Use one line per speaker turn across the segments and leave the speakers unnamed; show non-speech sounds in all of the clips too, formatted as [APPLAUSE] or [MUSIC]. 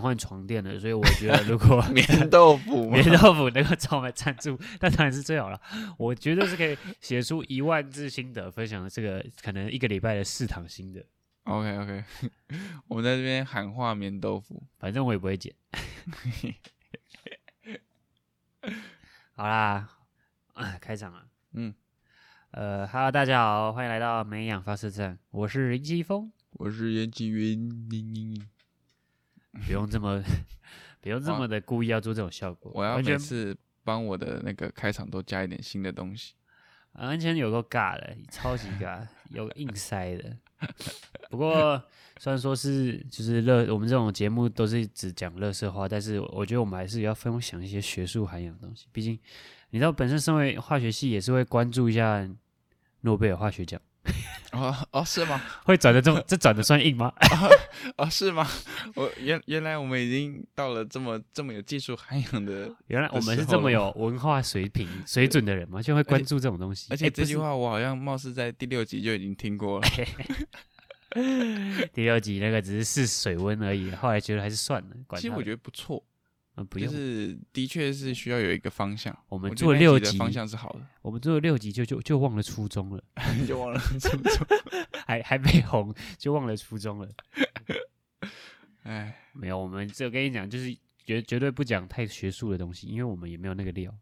换床垫了，所以我觉得如果
[LAUGHS] 棉豆腐
[LAUGHS]
吗
棉？豆腐能够找我们赞助， [LAUGHS] 那当然是最好了。我绝对是可以写出一万字心得，分享这个可能一个礼拜的四堂心得。
OK OK，我 [LAUGHS] 们在这边喊话棉豆腐。
反正我也不会剪。 [LAUGHS] 好啦，啊，开场了。
嗯，
呃，Hello，大家好，欢迎来到美养发射站，我是林奇峰。
我是严纪云，叮叮叮
不用这么， [LAUGHS] 不用这么的故意要做这种效果，
我要
完
每
全
次帮我的那个开场都加一点新的东西。
完全有够尬的，超级
[LAUGHS]
尬，有个硬塞的。不过虽然说是就是乐，我们这种节目都是只讲乐色话，但是我觉得我们还是要分享一些学术涵养的东西。毕竟你知道，本身身为化学系也是会关注一下诺贝尔化学
[LAUGHS]
奖，
哦哦，是吗？
会转的这么这转的算硬吗？
哦，是吗？我原原来我们已经到了这么这么有技术涵养的，
[LAUGHS] 原来我们是这么有文化水平水准的人吗？就会关注这种东西。
而
哎
且
不
这
是哎
句话我好像貌似在第六集就已经听过了。
第六集那个只是试水温而已，后来觉得还是算了，管
其实我觉
得、
得不错，
嗯、不
就
用。
是的确是需要有一个方向。
我
我
们
觉
做
得那
六
集
集
的，方向是好的，
我们做六集就就就忘了初衷了， [LAUGHS]
就忘了 [LAUGHS] 怎么做。
还还没红就忘了初衷了。
哎，
没有，我们这跟你讲，就是绝绝对不讲太学术的东西，因为我们也没有那个料。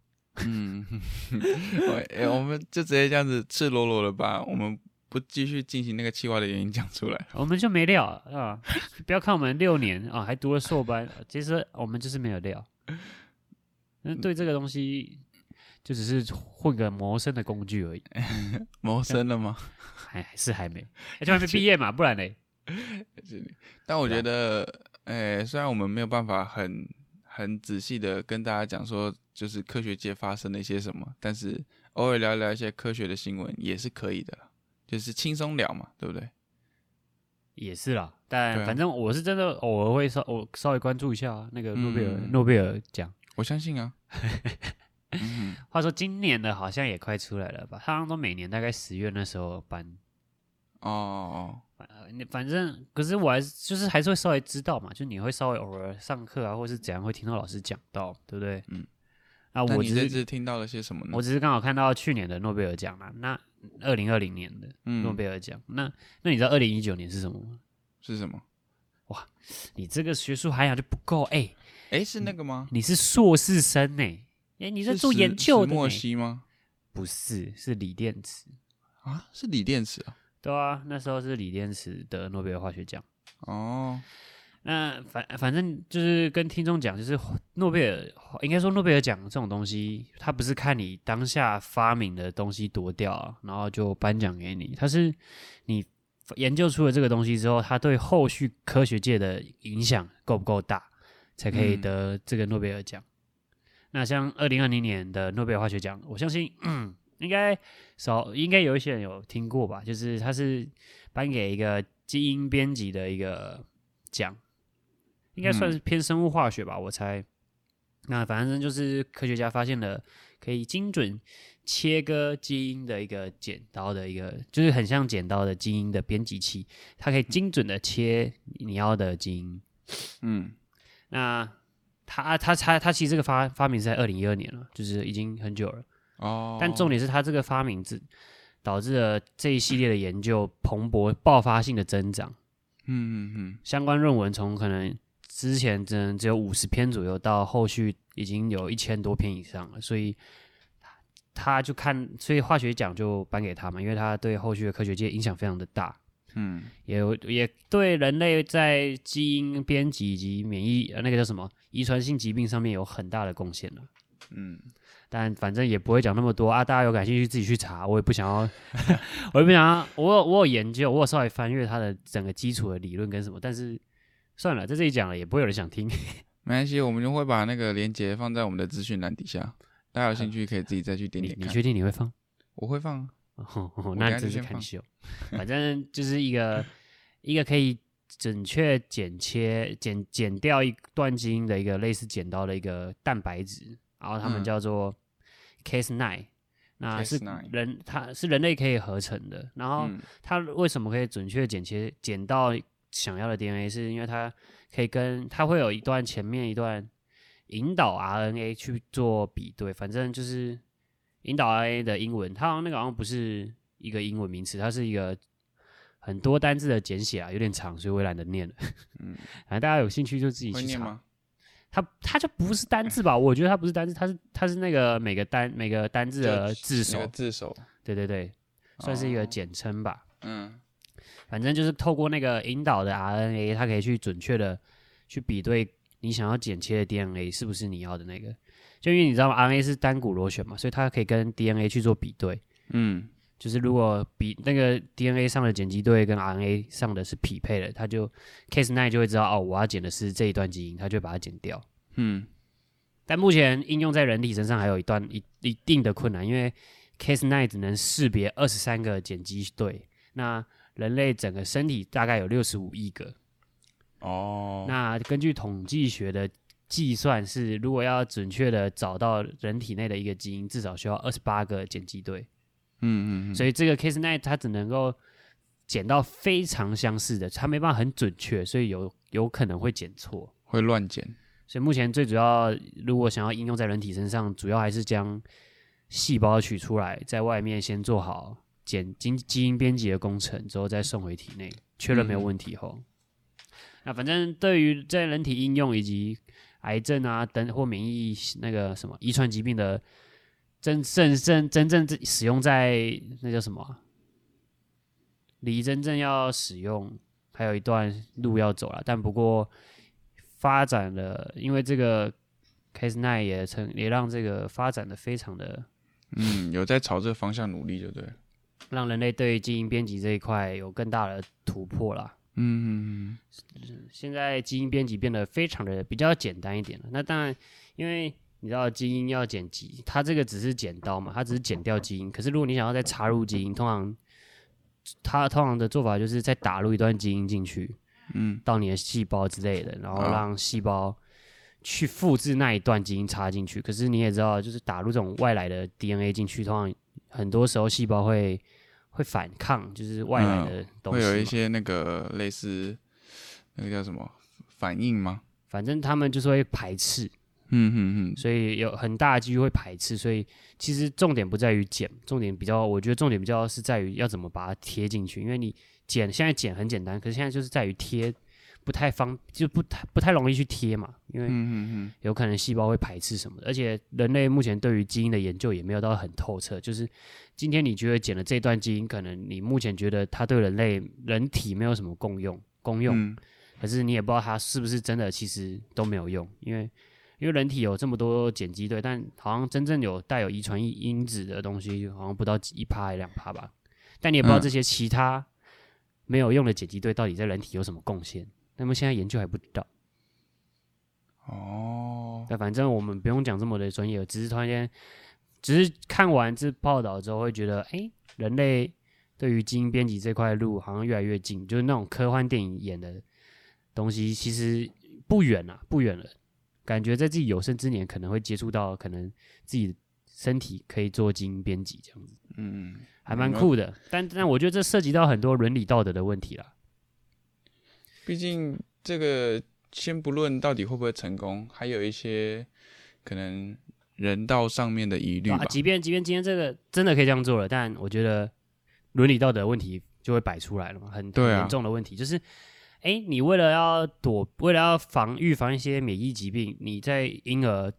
嗯， [LAUGHS] 我、哎我们就直接这样子赤裸裸的把我们不继续进行那个计划的原因讲出来。
我们就没料啊！ [LAUGHS] 不要看我们六年啊，还读了硕班，其实我们就是没有料。那对这个东西，就只是混个谋生的工具而已，
谋生了吗？
还还是还没，而且还没毕业嘛，不然嘞，
但我
对啊
觉得，诶、虽然我们没有办法很很仔细的跟大家讲说，就是科学界发生了一些什么，但是偶尔聊一聊一些科学的新闻也是可以的啦，就是轻松聊嘛，对不对？
也是啦。
对
但
啊
反正我是真的偶尔会稍我稍微关注一下、啊、那个诺贝尔、
嗯
诺贝尔奖。
我相信
[LAUGHS]
啊。嗯，
话说今年的好像也快出来了吧？他好像都每年大概十月那时候颁。
哦哦，
呃你反正可是我还是就是还是会稍微知道嘛，就你会稍微偶尔上课啊，或是怎样会听到老师讲到，对不对？
嗯。
啊，
那
我
你这
只是
次嗯听到了些什么呢
我？只是刚好看到去年的诺贝尔奖啦，那二零二零年的诺
嗯，
贝尔奖，那那你知道二零一九年是什么吗？
是什么？
你这个学术涵养就不够哎、
诶，是那个吗？
你是硕士生呢、哎、嗯你在
是
做
石
研究
石
的、
墨
呢？
烯吗？
不是，是锂电池。
啊，是锂电池啊。
对啊，那时候是锂电池得诺贝尔化学奖。
哦，
那反反正就是跟听众讲，就是诺贝尔，应该说诺贝尔奖这种东西，它不是看你当下发明的东西多屌啊，然后就颁奖给你，它是你研究出了这个东西之后，它对后续科学界的影响够不够大，才可以
嗯
得这个诺贝尔奖。那像二零二零年的诺贝尔化学奖，我相信、 [CLEARS THROAT] 嗯、应该少应该有一些人有听过吧，就是它是颁给一个基因编辑的一个奖，应该算是偏生物化学吧，我猜。那反正就是科学家发现了可以精准切割基因的一个剪刀的一个，就是很像剪刀的基因的编辑器，它可以精准的切你要的基因。
嗯，
那他他他他其实这个发发明是在二零一二年了，就是已经很久了。
哦，
但重点是他这个发明致导致了这一系列的研究蓬勃爆发性的增长，
嗯，嗯嗯
相关论文从可能之前只能只有五十篇左右，到后续已经有一千多篇以上了，所以他就看，所以化学奖就颁给他嘛，因为他对后续的科学界影响非常的大，
嗯
也有也对人类在基因编辑以及免疫呃那个叫什么遗传性疾病上面有很大的贡献了。
嗯嗯，
但反正也不会讲那么多啊，大家有感兴趣自己去查，我也不想
[LAUGHS]
要，我也不想要，我有我有研究，我有稍微翻阅它的整个基础的理论跟什么，但是算了，在这里讲了也不会有人想听。
没关系，我们就会把那个链接放在我们的资讯栏底下，大家有兴趣可以自己再去点
你
点
你
看。
确定你会放？
我会放啊，
哦，
等
那
下就
真是
先
看
放
秀。反正就是一个一个可以准确剪切剪剪掉一段基因的一个类似剪刀的一个蛋白质，然后他们
嗯
叫做 Cas9，、那啊是哦
Cas9
人它是人类可以合成的，然后
嗯
它为什么可以准确剪切剪到想要的 DNA，是因为它可以跟它会有一段前面一段引导 RNA 去做比对，反正就是引导 RNA 的英文，它好像那个好像不是一个英文名词，它是一个很多单字的简写啊，有点长，所以我也懒得念了。
嗯，
[LAUGHS] 反正大家有兴趣就自己
会
去
念
查。
吗？
它它就不是单字吧？我觉得它不是单字，它是它是那个每个单每个单字的字
那
首
个，字首，
对对对，算是一个
哦
简称吧。
嗯
反正就是透过那个引导的 RNA，它可以去准确的去比对你想要剪切的 DNA 是不是你要的那个。就因为你知道吗，RNA 是单股螺旋嘛，所以它可以跟 DNA 去做比对。
嗯
就是如果比那个 DNA 上的碱基对跟 RNA 上的是匹配的，它就 case nine 就会知道哦，我要剪的是这一段基因，它就会把它剪掉。
嗯
但目前应用在人体身上还有一段一一定的困难，因为 Cas9 n 只能识别二十三个碱基对，那人类整个身体大概有六十五亿个。
哦，
那根据统计学的计算是，如果要准确的找到人体内的一个基因，至少需要二十八个碱基对，
嗯嗯嗯，
所以这个 Cas9 它只能够捡到非常相似的，它没办法很准确，所以有有可能会剪错。
会
[LAUGHS]
乱剪，
所以目前最主要，如果想要应用在人体身上，主要还是将细胞取出来，在外面先做好减基基因编辑的工程，之后再送回体内，确认没有问题后，那反正对于在人体应用以及癌症啊等或免疫那个什么遗传疾病的真正正真正正使用在那叫什么啊、离真正要使用还有一段路要走了，但不过发展了，因为这个 Case Nine 也成也让这个发展的非常的
嗯，有在朝这个方向努力就对了，
让人类对基因编辑这一块有更大的突破啦。
嗯嗯
现在基因编辑变得非常的比较简单一点了。那当然，因为你知道基因要剪辑，它这个只是剪刀嘛，它只是剪掉基因。可是如果你想要再插入基因，通常它通常的做法就是再打入一段基因进去，
嗯
到你的细胞之类的，然后
啊
让细胞去复制那一段基因插进去。可是你也知道，就是打入这种外来的 DNA 进去，通常很多时候细胞会会反抗，就是外来的
嗯，
东西
会
嘛、
有一些那个类似那个叫什么反应吗？
反正他们就是会排斥，
嗯嗯嗯，
所以有很大的几率会排斥。所以其实重点不在于剪，重点比较，我觉得重点比较是在于要怎么把它贴进去。因为你剪现在剪很简单，可是现在就是在于贴不太方，就不太不太容易去贴嘛，因为。
嗯嗯
有可能细胞会排斥什么的，而且人类目前对于基因的研究也没有到很透彻。就是今天你觉得剪了这段基因，可能你目前觉得它对人类人体没有什么共用功
嗯，
用，
嗯
可是你也不知道它是不是真的，其实都没有用，因为因为人体有这么多碱基对，但好像真正有带有遗传因因子的东西，好像不到一趴还两趴吧。但你也不知道
嗯
这些其他没有用的碱基对到底在人体有什么贡献，那么现在研究还不知道。
哦，
那反正我们不用讲这么的专业，只是突然间，只是看完这报道之后，会觉得，哎、人类对于基因编辑这块路好像越来越近，就是那种科幻电影演的东西，其实不远啊，不远了。感觉在自己有生之年可能会接触到，可能自己身体可以做基因编辑这样子，
嗯嗯，
还蛮酷的。但但我觉得这涉及到很多伦理道德的问题啦。
毕竟这个先不论到底会不会成功，还有一些可能人道上面的疑
对
虑吧
啊，。即便即便今天这个真的可以这样做了，但我觉得伦理道德问题就会摆出来了嘛，很
对啊
很严重的问题就是，哎，你为了要躲，为了要防预防一些免疫疾病，你在婴儿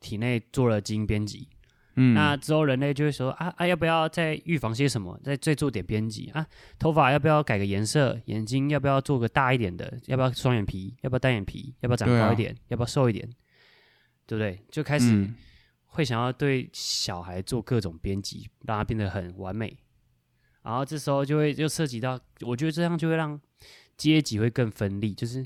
体内做了基因编辑，
嗯，
那之后人类就会说啊啊，要不要再预防些什么？再再做点编辑啊，头发要不要改个颜色？眼睛要不要做个大一点的？要不要双眼皮？要不要单眼皮？要不要长
对啊
高一点？要不要瘦一点？对不对？就开始。
嗯
会想要对小孩做各种编辑，让他变得很完美。然后这时候就会又涉及到，我觉得这样就会让阶级会更分立，就是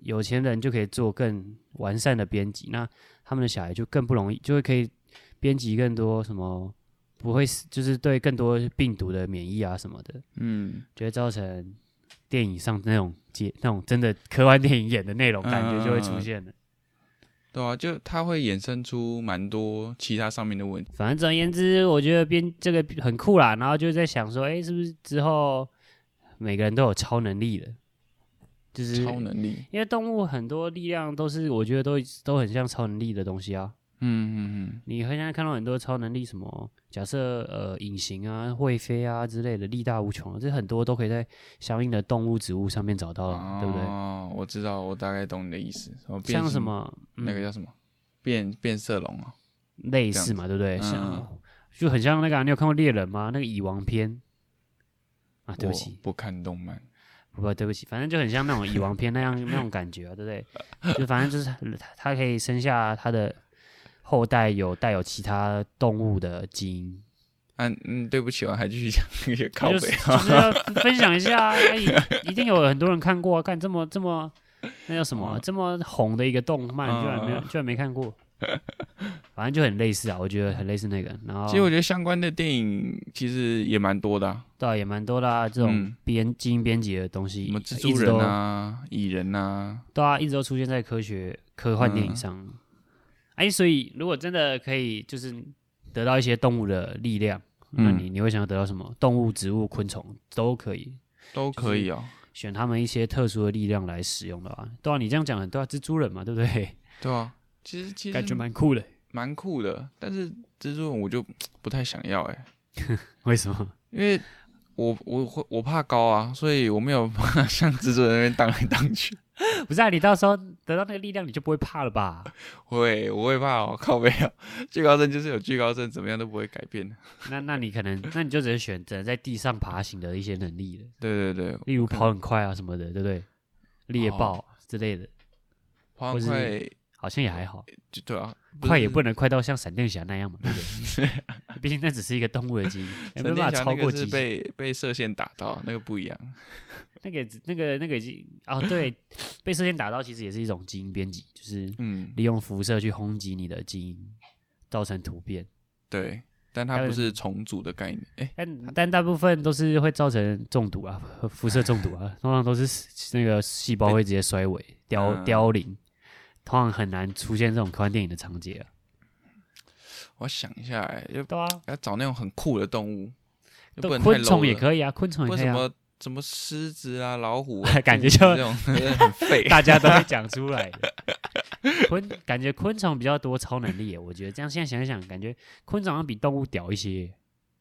有钱人就可以做更完善的编辑，那他们的小孩就更不容易，就会可以编辑更多什么不会死，就是对更多病毒的免疫啊什么的，
嗯，
就会造成电影上那种接那种真的科幻电影演的那种感觉就会出现了。
对啊，就它会衍生出蛮多其他上面的问题。
反正总而言之，我觉得编这个很酷啦，然后就在想说，哎、是不是之后每个人都有超能力了？就是
超能力，
因为动物很多力量都是，我觉得都都很像超能力的东西啊。
嗯嗯
你现在看到很多超能力，什么假设呃隐形啊、会飞啊之类的，力大无穷，啊这很多都可以在相应的动物、植物上面找到
嗯，
了，对不对？
哦，我知道，我大概懂你的意思。哦变
像
形
什么、嗯、
那个叫什么变变色龙啊？
类
这样
似嘛，对不对？
嗯
像就很像那个啊、你有看过猎人吗？那个蚁王篇啊，对
我
不起，
不看动漫。
不，对不起，反正就很像那种蚁王篇那样那种感觉啊，对不对？就反正就是它它可以生下它的后代有带有其他动物的基因，
啊，嗯，对不起，我还继续讲那个靠
就
北 [LAUGHS]
是
啊。
就是要分享一下、啊，哎一一定有很多人看过、啊，看这么这么那叫什么、
嗯
这么红的一个动漫，居然没有
嗯嗯嗯
居然没看过，反正就很类似啊，我觉得很类似那个，然后
其实我觉得相关的电影其实也蛮多的、啊，
对啊也蛮多的啊，这种
嗯
编基因编辑的东西，
什么蜘
一
蛛
直
人
都
啊、蚁人啊，
对啊，一直都出现在科学科幻电影上。哎、所以如果真的可以，就是得到一些动物的力量，那
嗯
你你会想要得到什么？动物、植物、昆虫都可以，
都可以哦。
选他们一些特殊的力量来使用的话，对啊，你这样讲很对啊，蜘蛛人嘛，对不对？
对啊，其实其实
[LAUGHS] 感觉蛮酷的。
蛮酷的，但是蜘蛛人我就不太想要哎、
为什么？ [LAUGHS]
因为我我会我怕高啊，所以我没有办法像蜘蛛人那边荡来荡去。 [LAUGHS]
不是啊，你到时候得到那个力量，你就不会怕了吧？
会，我会怕哦，靠背啊，惧高症就是有惧高症，怎么样都不会改变的。
那那你可能，那你就只能选只能在地上爬行的一些能力了，
对对对，
例如
可能
跑很快啊什么的，对不对？猎豹之类的，
跑
或
很
是
快
好像也还好。
就对啊，是
快也不能快到像闪电侠那样嘛，对不对？
[LAUGHS]
毕竟那只是一个动物的基因，也没有
闪
办
电
法
侠
超
那
过
个是
极限。
被被射线打到，那个不一样。
那个只、那个、那个已经哦，对，被射线打到其实也是一种基因编辑，就是
嗯，
利用辐射去轰击你的基因，造成突变。
对，但它不是重组的概念。哎、
但但大部分都是会造成中毒啊，和辐射中毒啊，通常都是那个细胞会直接衰萎、凋
嗯
凋零，通常很难出现这种科幻电影的场景啊。
我想一下、哎，要
对啊，
要找那种很酷的动物，又不能太
昆
low
虫也
了
可以啊，昆虫也
为
可以
什
啊。，
么什么狮子啊、老虎
[LAUGHS]
啊
感觉
兔
就
子这种很废。
[LAUGHS] 大家都会讲出来的。 [LAUGHS] 昆感觉昆虫比较多超能力耶，我觉得这样现在想一想，感觉昆虫好像比动物屌一些耶，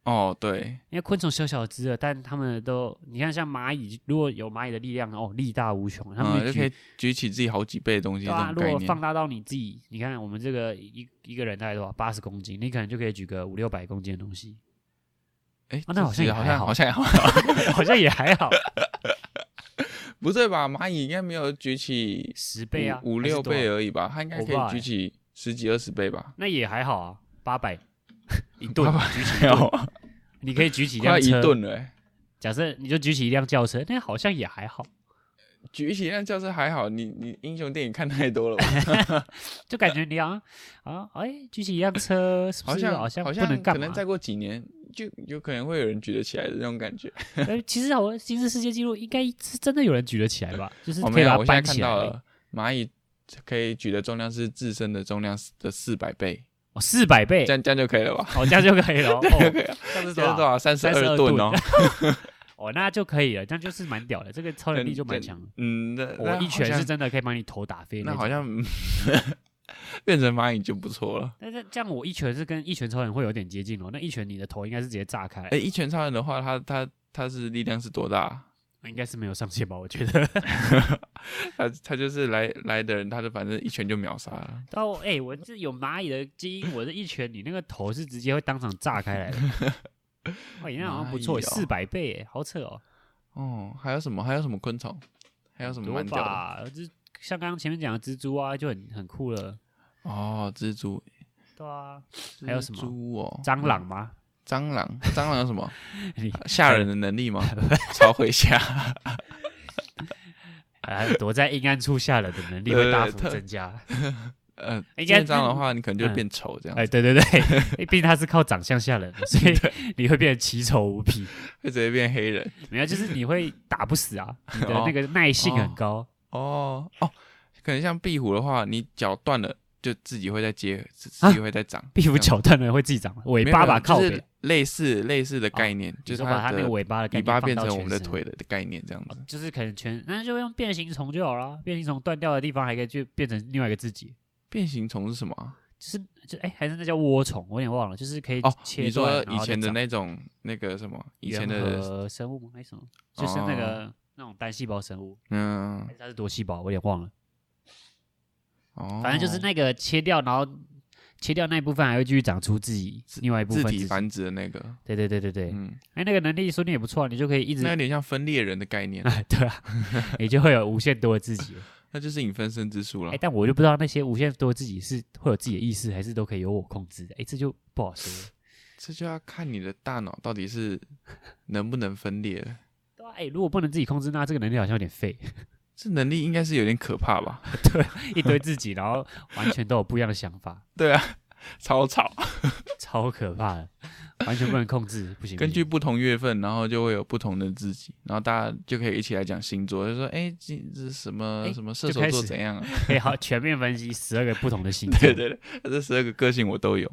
哦，对，
因为昆虫小小只的，但它们都你看像蚂蚁，如果有蚂蚁的力量哦，力大无穷，它
嗯，
们
就
举、
可以举起自己好几倍的东西，
对
这
啊，
种
如
概
果
念
放。大到你自己，你看我们这个一一个人大概多少八十公斤，你可能就可以举个五六百公斤的东西， [LAUGHS]
哎、
啊那好像
这
也
个好
还
像
好
好像也
[LAUGHS]
好，
好像也还好，
不对吧？蚂蚁应该没有举起
十倍啊，
五五
还是
六
多少
倍，而已吧？它应该
我
可
不知道
以
哎
举起十几二十倍
[LAUGHS]
吧？
那也还好啊，八百一吨
800
举起一
[LAUGHS] 没有
吨，，你可以举起一辆
快一
车，
吨了、哎
假设你就举起一辆轿车，那好像也还好，
举起辆轿车还好，你你英雄电影看太多了吧？
就感觉你
[LAUGHS]
好像啊，哎、举起一辆车，是不
好
是
像
好像
好
不能干
可
嘛 [LAUGHS]
能？再过几年就有可能会有人举得起来的那种感觉。
呃，其实好像今日世界纪录应该是真的有人举得起来
[LAUGHS]
吧？就是
哦，
可
没
以
有，
把
我
它
现在
搬
看
起来
到
而已。
了蚂蚁可以举的重量是自身的重量的四百倍，
哦，四百倍
这，样这样就可以了吧？
哦，这样就可
[LAUGHS]
以了。哦，这样是
这样是多
多少？
少？三十
32
二吨哦，
哦，那就可以了，这样就是蛮屌的，这个超能力就蛮强的。
嗯，那
我、
那
一拳
好
是
像
真的可以把你头打飞
那
种
好像 [LAUGHS] 变成蚂蚁就不错了。
但是这样我一拳是跟一拳超人会有点接近哦。那一拳你的头应该是直接炸开，
哎，一拳超人的话，它它它是力量是多大？
应该是没有上限吧？我觉得。
它它就是来来的人，他就反正一拳就秒杀了。
到哎、欸，我这有蚂蚁的基因，我这一拳，你那个头是直接会当场炸开来的。哇，你那好像不错，
[LAUGHS] 蚂蚁哦
四百倍欸，好扯哦，
哦，还有什么？还有什么昆虫？还有什么
多
蛮屌的？
吧？就是像刚刚前面讲的蜘蛛啊，就很很酷了。
哦，蜘蛛，
对啊，还有什么
蜘蛛哦，
蟑螂吗？
[LAUGHS] 蟑螂，蟑螂有什么
[LAUGHS] 你
[LAUGHS] 吓人的能力
[LAUGHS]
吗？超会吓， [LAUGHS]
啊，躲在阴暗处吓人的能力会大幅
对对对
增加。
呃，
应该
见蟑螂的话，你可能就
嗯
变丑这样
哎，
子，
对对对，欸毕竟它是靠长相吓人的，所以 [LAUGHS] 你会变得奇丑无比。
会直接变黑人。
没有，就是你会打不死啊， [LAUGHS] 你的
哦
那个耐性很高。
哦哦，可能像壁虎的话，你脚断了，就自己会在结，自自己会在长。
壁虎
这样
角蛋人会自己长啊尾
没有
巴
没有
吧？靠
就
北
是，类似类似的概念，
你
就是
说把它
的
那个尾巴的概
尾
念
巴
放
变
到
成我
全
们的
身哦
腿的概念这样子。
就是可能全那就用变形虫就好了，变形虫断掉的地方还可以去变成另外一个自己，
变形虫是什么啊？
就是就哎、还是那叫涡虫，我有点忘了，就是可以
哦，
切
你
断、
说以前的那种那个什么，以前的哦
和生物吗？还是什么？就是那个、那种单细胞生物，
嗯
还是它是多细胞？我有点忘了，
哦，
反正就是那个切掉，然后切掉那一部分还会继续长出自己另外一部
自
分
体
己
繁殖的那个，
对对对对对，哎、
嗯，
那个能力说你也不错啊，你就可以一直
那有点像分裂人的概念，
哎， [LAUGHS] 对
[LAUGHS]
啊，你就会有无限多的自己了。
那就是你分身之术
哎、
了。
但我就不知道那些无限多的自己是会有自己的意识，还是都可以由我控制的。哎、这就不好说了。
这就要看你的大脑到底是能不能分裂了。
对啊，哎、如果不能自己控制，那这个能力好像有点废。 [LAUGHS]
这能力应该是有点可怕吧？
一堆自己，然后完全都有不一样的想法，
对啊，超吵。
超可怕的，完全不能控制，不行。
根
不
据
行
不同月份，然后就会有不同的自己，然后大家就可以一起来讲星座，就说哎，这这什么
哎
什么射
就
手
开
座
始 [LAUGHS]
怎样啊？
可以好全面分析十二个不同的星座，
对对对，这十二个个性我都有。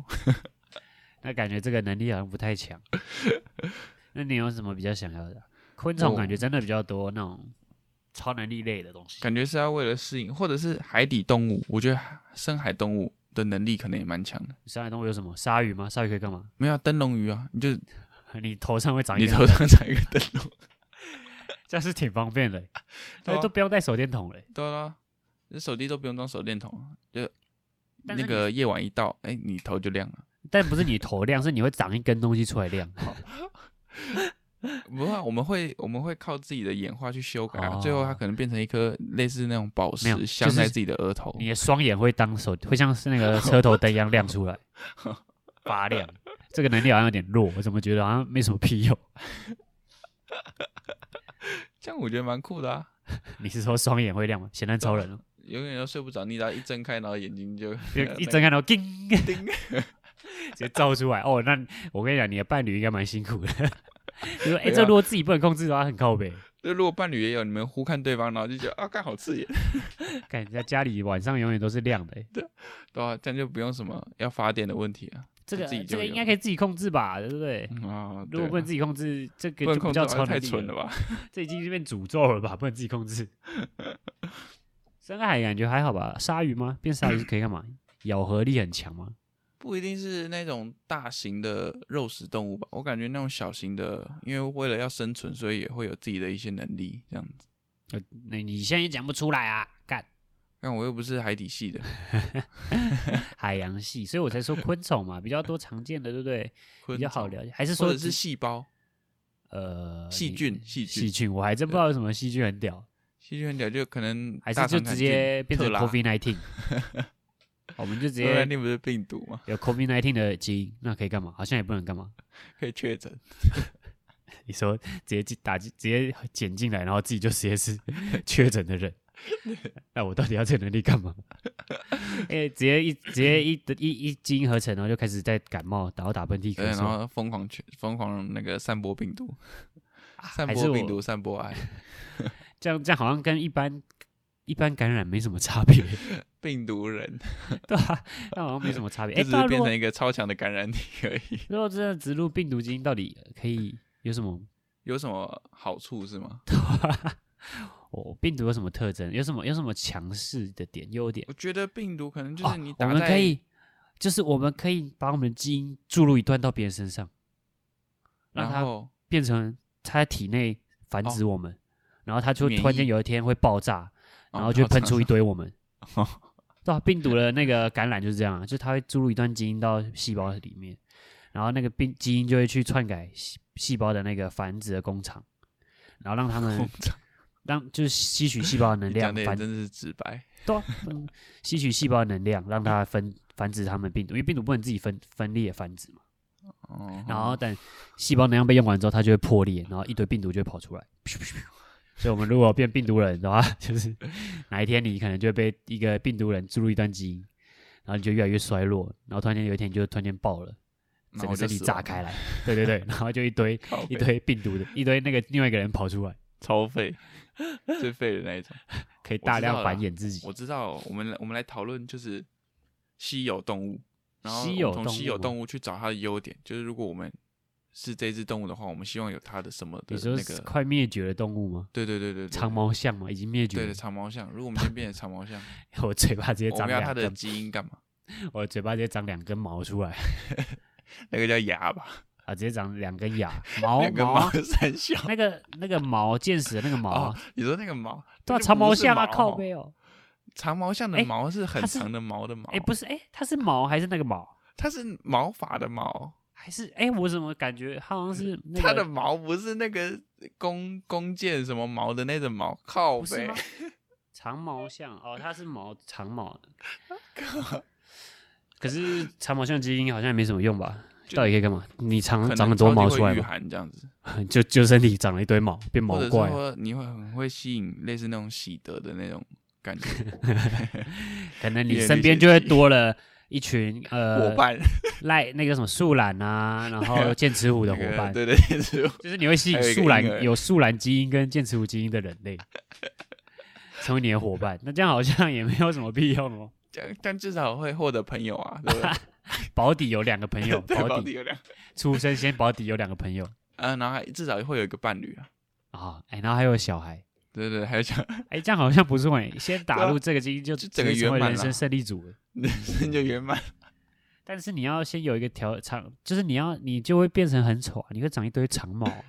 那感觉这个能力好像不太强。那你有什么比较想要的啊？昆虫感觉真的比较多那种超能力类的东西。
感觉是要为了适应，或者是海底动物，我觉得深海动物的能力可能也蛮强的。
上海动物有什么？鲨鱼吗？鲨鱼可以干嘛？ [LAUGHS]
没有啊灯笼鱼啊，你就
你头上会长一
你
个
头上长一个灯笼，
这样是挺方便
[LAUGHS]
的，
对
所
啊
以都不用带手电筒嘞。
对啊，你手机都不用装手电筒啊，就
但是
那个夜晚一到，哎、你头就亮了。
但不是你头亮，是你会长一根东西出来
[LAUGHS]
亮。
不会、啊，我们会我们会靠自己的演化去修改啊，
哦
最后它可能变成一颗类似那种宝
没有就
石，
是
镶在自己的额头。
你的双眼会当手，会像是那个车头灯一样亮出
[LAUGHS]
来，发亮。这个能力好像有点弱，我怎么觉得好像没什么屁用？ [LAUGHS]
这样我觉得蛮酷的啊。
你是说双眼会亮吗？咸蛋超
[LAUGHS]
人哦，
永远都睡不着，你只要一睁开，然后眼睛就
就一睁开然后叮，
啊叮
[LAUGHS] 直接照出来。哦，那我跟你讲，你的伴侣应该蛮辛
[LAUGHS]
苦的。就说，哎、
对啊
这如果自己不能控制的话，很靠北。
就如果伴侣也有，你们互看对方，然后就觉得啊，干好刺眼，
看人家家里晚上永远都是亮的、哎
对啊，这样就不用什么要发电的问题啊。
这个
自己就
这个
有
应该可以自己控制吧，对不对？
嗯啊，
如果不
对
能自己控制，这
不
个
能
就
控
不
制
叫
好
超
像
能
太
力
蠢了吧？
这已经是变诅咒了吧？不能自己控制。深海感觉还好吧？鲨鱼吗？变鲨鱼是可以干嘛？咬合力很强吗？
不一定是那种大型的肉食动物吧，我感觉那种小型的，因为为了要生存，所以也会有自己的一些能力这样子。
呃，那你现在也讲不出来啊！干
但我又不是海底系
[LAUGHS]
的，
海洋系，所以我才说昆虫嘛，比较多常见的，对不对？
昆
比较好
虫
了解，还是
或
说
者是
只
细胞，
呃
细
你
菌细菌
细菌？我还真不知道有什么细菌很屌，
细菌很屌，就可能
还是
大
就直
肠杆
接
菌
变成
特拉
COVID nineteen，我
[LAUGHS]
们就直
对
接
啊那不是病毒吗？
有 COVID nineteen 的基因，那可以干嘛？好像也不能干嘛。
可以确诊，
你说直接进打进直接捡进来，然后自己就直接是 [LAUGHS] 确诊的
[LAUGHS]
人，那我到底要这个能力干嘛？ [LAUGHS] 哎、直接一直接一一一基因合成，然后就开始在感冒，然后打喷嚏、
对，
咳
然
嗽，
后疯狂去疯狂那个散播病毒，散
啊还是
播病毒，
我
散播爱，
这样这样好像跟一般一般感染没什么差别， [LAUGHS]
病毒人
对吧、那好像没什么差别。哎、
[LAUGHS] 就只是
那如
变
果
成一个超强的感染体而已。
如果真的植入病毒基因，到底可以有什么？
有什么好处是吗？
哦，病毒有什么特征？有什么有什么强势的点、优点？
我觉得病毒可能就是你
哦、我
打
们
在、
可以，就是我们可以把我们的基因注入一段到别人身上，让
然
它
后哦
变成它在体内繁殖我们，然后它就
免
突然间
疫
有一天会爆炸，然后
哦
就
靠
喷出一堆我们。
哦 [LAUGHS]
对啊，病毒的那个感染就是这样啊，就它会注入一段基因到细胞里面，然后那个病基因就会去篡改细细胞的那个繁殖的工厂，然后让他们
空场
让就是吸取细胞的能
[LAUGHS] 你讲
量
的也
繁
真的是直白，
对、啊，嗯吸取细胞的能量，让它分繁殖它们病毒，因为病毒不能自己分分裂繁殖嘛。
哦，
然后等细胞能量被用完之后，它就会破裂，然后一堆病毒就会跑出来。所以，我们如果变病毒人的话，就是哪一天你可能就会被一个病毒人注入一段基因，然后你就越来越衰弱，然后突然间有一天你就突然间爆了，
然
整
后
个
就
身体
死
炸
亡
开来。对对对，然后就一
[LAUGHS]
堆
靠
一
北
堆病毒的一堆那个另外一个人跑出来，
超废， [LAUGHS] 最废的那一种。
可以
知
大量
道了
繁衍自己。
我知道，我们来我们来讨论就是稀有动物，然后
稀
我
有
们从
动
稀有
物
动物去找它的优点，就是如果我们是这只动物的话，我们希望有它的什么的
你说
那
是
个，
快灭绝的动物吗？
对对对对对，
长毛象嘛，已经灭绝
对
了
对，长毛象，如果我们先变成长
[LAUGHS]
毛象，
我嘴巴直接
我
长
们要它
两
的
根，
基因干嘛？
我嘴巴直接长两根毛出来
那个叫牙吧，
啊，直接长两根
[LAUGHS]
牙毛
两个
毛
毛
啊，
三小
那个那个毛见识的那个毛
哦
啊，，
你说那个毛，
对啊，
那就
长
不
毛
是
象啊，
毛
靠
哦
背哦，
长毛象的
哎
毛是很
它是
长的毛的毛，
哎，不是，哎，它是毛还是那个毛？
它是毛发的毛，
还是哎，我怎么感觉它好像是那
它的
个
毛不是那个弓弓箭什么毛的那种毛，靠
不是
背
吗。？长毛象哦，它是毛长毛
[LAUGHS]
的，可是长毛象基因好像也没什么用吧？
就
到底可以干嘛？你
可
长
能
嗯长很多
超
毛
级会
出来
御
嘛，
寒这样子，
就就身体长了一堆毛，变毛
或者是
怪啊。
说你会很会吸引类似那种喜德的那种感觉
可能
阅
你
历
身边
写
就会
记
多了一群 [LAUGHS]
伙
呃 [LAUGHS]
伴，
赖那个什么树懒啊，然
[LAUGHS]
后剑齿虎的
那
伙
个
伴，
对对对，是
就是你会吸引
还有一个
树
婴儿
懒有树懒基因跟剑齿虎基因的人类成为你的伙伴。那这样好像也没有什么必要
[LAUGHS]
哦。
这样，但至少会获得朋友啊，对不对？
保底有两个朋友，
对
保
底
底
有两，
出生先保底有两个朋友
嗯，然后还至少会有一个伴侣啊，
啊，哎，然后还有小孩，
对对，对还有讲， [LAUGHS]
哎，这样好像不错哎，先打
对
入这个基因就
[LAUGHS] 就
直
整个
接成为
圆满
人生
了
胜利组了。
人生就圆满。
但是你要先有一个条长，就是你要你就会变成很丑啊，你会长一堆长毛啊、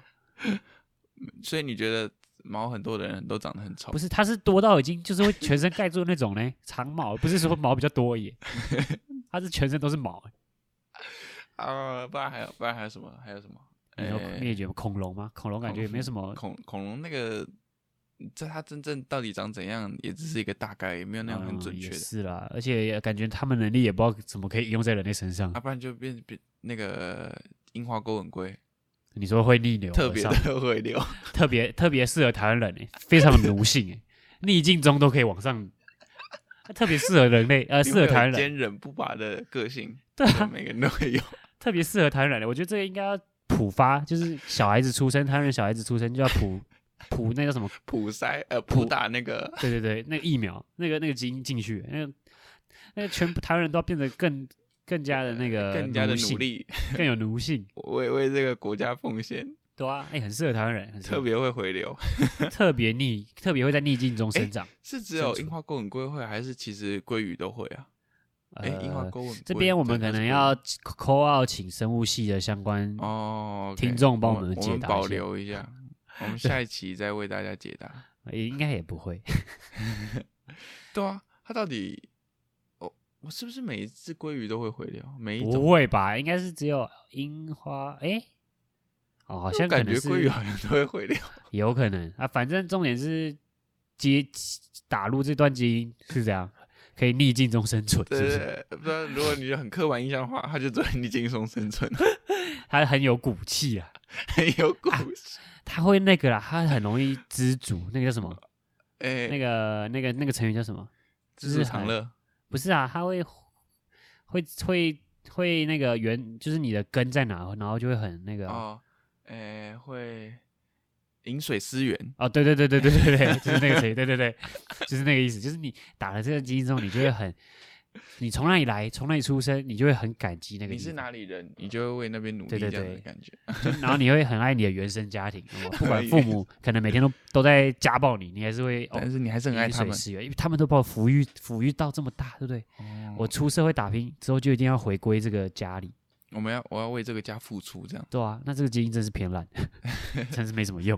所以你觉得毛很多的人都长得很丑？
不
是，
是，它是多到已经就是会全身盖住那种呢， [LAUGHS] 长毛，不是说毛比较多
[LAUGHS]
耶，它是全身都是毛。
啊，不然还有，不然还有什么？还有什么？
你有
诶
灭绝恐龙吗？恐龙感觉也没有什么，
哎
呃
恐恐龙那个，这它真正到底长怎样，也只是一个大概，也没有那种很准
嗯也
确的。
是啦，而且感觉他们能力也不知道怎么可以用在人类身上
要、。啊不然就变变那个樱花钩吻龟，
你说会逆流而
特别
上，
的 [LAUGHS] 会流，
[LAUGHS] 特别特别适合台湾人诶，非常的奴性诶，逆境中都可以往上， [LAUGHS] 特别适合人类，
[LAUGHS]
呃，适
因为
合
有
台湾人，
坚韧不拔的个性，
[LAUGHS] 对啊，
每个人都会有。
特别适合台湾人。我觉得这个应该要普发，就是小孩子出生，台湾人小孩子出生就要
[LAUGHS]
普普那叫什么
普筛呃普打那个， [LAUGHS]
对对对，那个疫苗，那个那个基因进去，那个那个全部台湾人都要变得更更加的那个
[LAUGHS] 更加的
性
努，力，
更有奴性，
为为这个国家奉献，
对啊，哎、很适合台湾人，很适合
特别会回流。
特别逆，特别会在逆境中生长。
是只有
存
樱花钩吻龟会，还是其实鲑鱼都会啊？哎、樱花
呃，
钩吻龟
这边我们
真
可
的
能
是
要 call out 请生物系的相关
哦，
听众帮
我
我们
我
解
们
答一
保
下
留一下，我们下一期再为大家解答。
也应该也不会，
对啊，它到底哦，我是不是每一只鲑鱼都会回流？每一
不
种
会吧？应该是只有樱花，哎、哦，好
我
像可
感觉
能
鲑鱼
是
好像都会回流。
有可能啊，反正重点是接打入这段基因是这样，可以逆境中生存，
对
是不
对
是？
对，不知道如果你就很刻板印象的话，它就只能逆境中生存，
他很有骨气啊，
很有故事。
他会那个啦，他很容易知足，那个叫什么？
哎、
那个那个那个成语叫什么？
知
就是
足常
很
乐，
不是啊，他会会会会那个原，就是你的根在哪，哦然后就会很那个啊。
哦，哎、会饮水思源，
哦，对对对对对对对，就是那个成语，对对对，就是那个意思，就是你打了这个基因之后，你就会很，你从哪里来，从哪里出生，你就会很感激那个
你
地
是
方。
哪里人，你就会为那边努力
对
这
对
样的
对
感觉。
就 [LAUGHS] 然后你会很爱你的原生家庭，
[LAUGHS]
有没有不管父母可能每天都 [LAUGHS] 都在家暴你，你还是会哦
但是你还是很爱
饮
他
水
们。
思源，因为他们都把我抚育抚育到这么大，对不对？
哦
我出社会打拼之后就一定要回归这个家里，
我们要我要为这个家付出，这样
对啊，那这个基因真是偏烂， [LAUGHS] 真是没什么
[LAUGHS]
用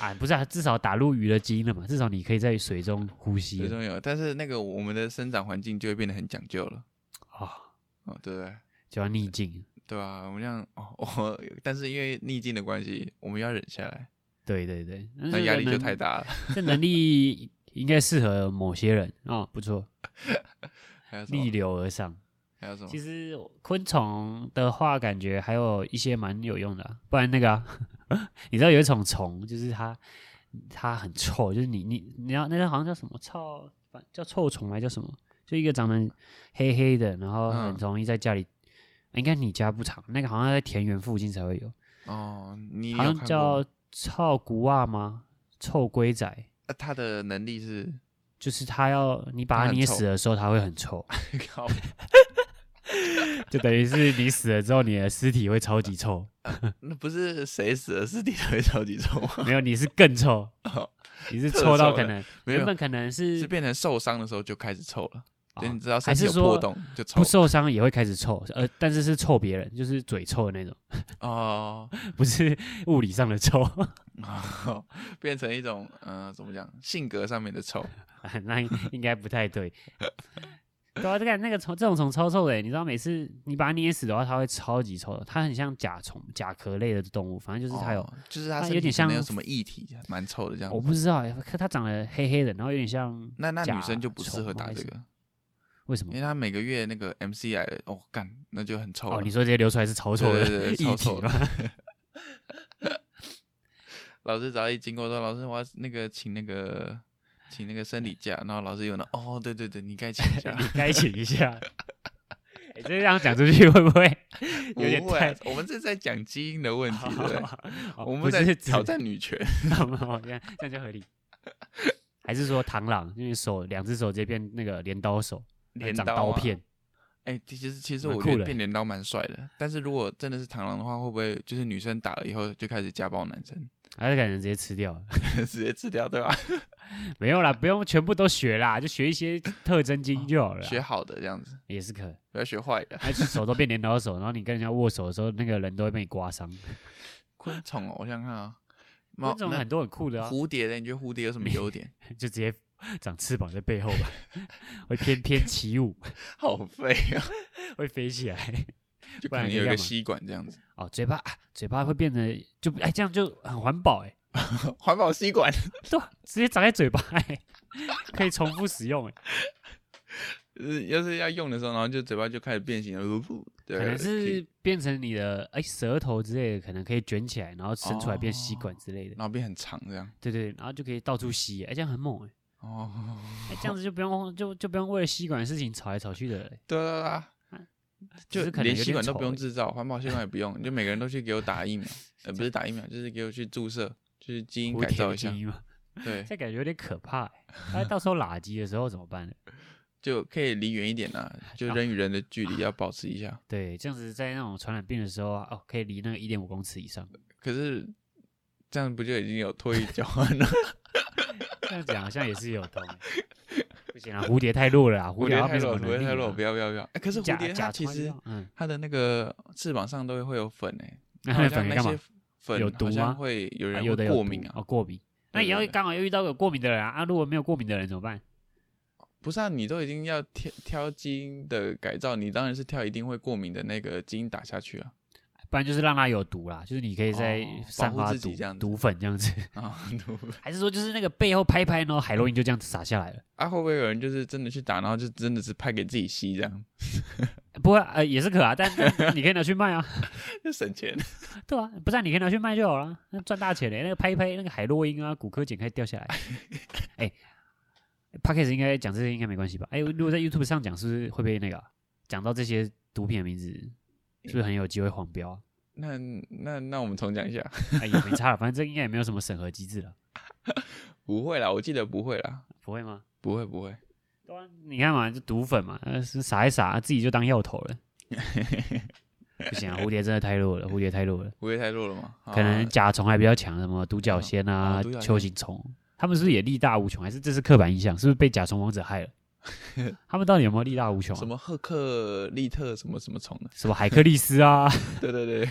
啊！不是啊，至少打入鱼的基因了嘛，至少你可以在水中呼吸
最
了
重要。但是那个我们的生长环境就会变得很讲究了，
啊、
哦，对不对？
就要逆境。
对啊，我们这样哦，我但是因为逆境的关系，我们要忍下来，
对对对，但
那
是
压
这
力
个
就
能
太。大了。
这能力应该适合某些人啊、不错，
还有什
逆
么？
流而上。
还有什么
其？实昆虫的话，感觉还有一些蛮有用的啊、不然那个、啊， [LAUGHS] 你知道有一种虫，就是它它很臭，就是你你你要那个好像叫什么臭，反叫臭虫还叫什么？就一个长得黑黑的，然后很
嗯
容易在家里，应该你家不常，那个好像在田园附近才会有，
哦，你有
好像
看过
叫啊
吗
臭古袜吗？臭龟仔，
啊他的能力是
就是它要你把
它
它
很
捏
臭
死的时候，它会很臭，
[LAUGHS] 靠，
就等于是你死了之后，你的尸体会超级臭，
那不是谁死了尸体才会超级臭吗？
[LAUGHS] 没有，你是更臭
哦，
你是
特
臭到
臭
可
了
能
没有
原本可能是
是变成受伤的时候就开始臭了，
哦
等你知道身
还
体
是
有破
说
洞就臭
不受伤也会开始臭，呃，但是是臭别人，就是嘴臭的那种， [LAUGHS]
哦，
不是物理上的臭。 [LAUGHS]
哦变成一种嗯、呃怎么讲性格上面的臭，
那应应该不太对。 [LAUGHS] 对啊，这个那个虫，这种虫超臭的欸，你知道，每次你把它捏死的话，它会超级臭的，它很像甲虫、甲壳类的动物，反正就是它有，
哦就是它
它
身
有
体
点
可能有
像
什么液体，蛮臭的这样
我
子。
不知道欸，可它长得黑黑的，然后有点像
那那女
甲
生就不适
虫
合
吗
打
还
这
是
个，
为什么
因为？她每个月那个 MC 来了，哦干，那就很臭了。
哦，你说这些流出来是超臭
对
的
对对，
液
超
体
臭的
吗？。
[LAUGHS] 老师只要一经过说老师我要那个请那个请那个生理假，然后老师有呢，哦对对对，你该请一
[LAUGHS]
下
[LAUGHS] 你该请一下。 [LAUGHS] 欸这样讲出去会不会
不
有点
会
太
啊？我们这是在讲基因的问题，对不对？
[LAUGHS] 哦
我
不
们在
是
挑
指 [LAUGHS]
战女权。
哦，这样这样就合理。 [LAUGHS] 还是说螳螂，因为手两只手直接变那个镰刀手，
镰
长
刀
刀
啊
片，
哎、其实其实
蛮
我
酷
觉得
的欸
变镰刀蛮帅的，但是如果真的是螳螂的话，会不会就是女生打了以后就开始家暴男生， [LAUGHS]
还是感觉直接吃掉了？ [LAUGHS]
直接吃掉，对吧？ [LAUGHS]
没有啦，不用全部都学啦，就学一些特征基因就好了啦。
学好的这样子，
也是可，
不要学坏的。
还是手都变镰刀手，然后你跟人家握手的时候，那个人都会被你刮
[LAUGHS]
伤。
昆虫、哦，我想想看啊，猫
那种很多很酷的
那
啊，
蝴蝶嘞，你觉得蝴蝶有什么优点？ [LAUGHS]
就直接长翅膀在背后吧，会翩翩起舞， [LAUGHS]
好废啊，
会飞起来。
[LAUGHS] 就
不
可
然
能
可以
有一个
干嘛
吸管这样子， [LAUGHS]
哦，嘴巴啊嘴巴会变得就哎，这样就很环保哎、
环保吸管，
对啊，直接长在嘴巴、 [LAUGHS] 欸，可以重复使用、欸，
就是要是要用的时候，然后就嘴巴就开始变形了，对，
可能是变成你的哎、舌头之类的，可能可以卷起来，然后伸出来变吸管之类的，
然后变很长这样。
对对，对然后就可以到处吸、欸，哎、这样很猛哎、
哦， [LAUGHS]
哎、这样子就不用就就不用为了吸管的事情吵来吵去的了欸、
对啊对啊
只
对啊，
是
就
可能
连
有
吸
点
管都
丑欸哎
不用
而已
制造，环保吸管也不用，就每个人都去给我打疫苗，呃，不是打疫苗，就是给我去注射，就是基因
蝴
改
蝶
造
的
一下
基，因嘛，[LAUGHS]
对，
这感觉有点可怕、 [LAUGHS] 欸，哎，到时候垃圾的时候怎么办呢？
就可以离远一点
啊
啦，就人与人的距离要保持一下。
对，这样子在那种传染病的时候啊，哦，可以离那个一点五公尺以上。
可是这样不就已经有脱衣交换了？
这样讲好像也是有通欸、 [LAUGHS] 不行啊， [LAUGHS] 蝴蝶太弱了啊，
蝴
蝶
蝶
它
太
没什
弱
么
了，蝴
能
蝶
力
太
啊
弱，不要不要不要！哎可是蝴
假
蝶它
假
其
穿
实
药嗯，
它的那个翅膀上都会有粉诶，
[LAUGHS] 那
好
粉
像
可以
那
干嘛
些？粉
有
好
毒
像
吗
会有
啊
人
有的
会
有
过
毒
敏啊
哦，。过敏。那
对
也要
对对
刚好又遇到有过敏的人啊，啊如果没有过敏的人怎么办？
不是啊，你都已经要挑挑基因的改造，你当然是挑一定会过敏的那个基因打下去啊。
不然就是让他有毒啦，就是你可以再
哦
散
保护
发
自己
毒
这样子
毒粉这
[LAUGHS]
样子，
啊，
还是说就是那个背后拍拍，然后海洛因就这样子撒下来了？
啊会不会有人就是真的去打，然后就真的是拍给自己吸这样，
不会啊，呃，也是可啊，
[LAUGHS]
但但你可以拿去卖啊，
就省钱？
对啊，不然你可以拿去卖就好了，那赚大钱嘞。那个拍一拍那个海洛因啊，骨科碱可以掉下来。哎 p a c k a g e 应该讲这些应该没关系吧？哎，如果在 YouTube 上讲，是不是会被那个啊讲到这些毒品的名字，是不是很有机会黄标啊？
那那那我们重讲一下， [LAUGHS]
哎，也没差了，反正这应该也没有什么审核机制了，
不会啦，我记得不会啦，
不会吗？
不会不会。
对啊，你看嘛，就毒粉嘛，呃，是撒一撒，自己就当药头了。不行啊，蝴蝶真的太弱了，蝴蝶太弱了，
不会太弱了吗？
可能
啊
甲虫还比较强，什么独角仙
哦
啊
独角、仙
球形虫，他们是不是也力大无穷？还是这是刻板印象？是不是被甲虫王者
[LAUGHS]
害了？他们到底有没有力大无穷、啊？
什么赫克利特什么什么虫的，
什么海克力斯啊，
[LAUGHS]
[LAUGHS]
对对对，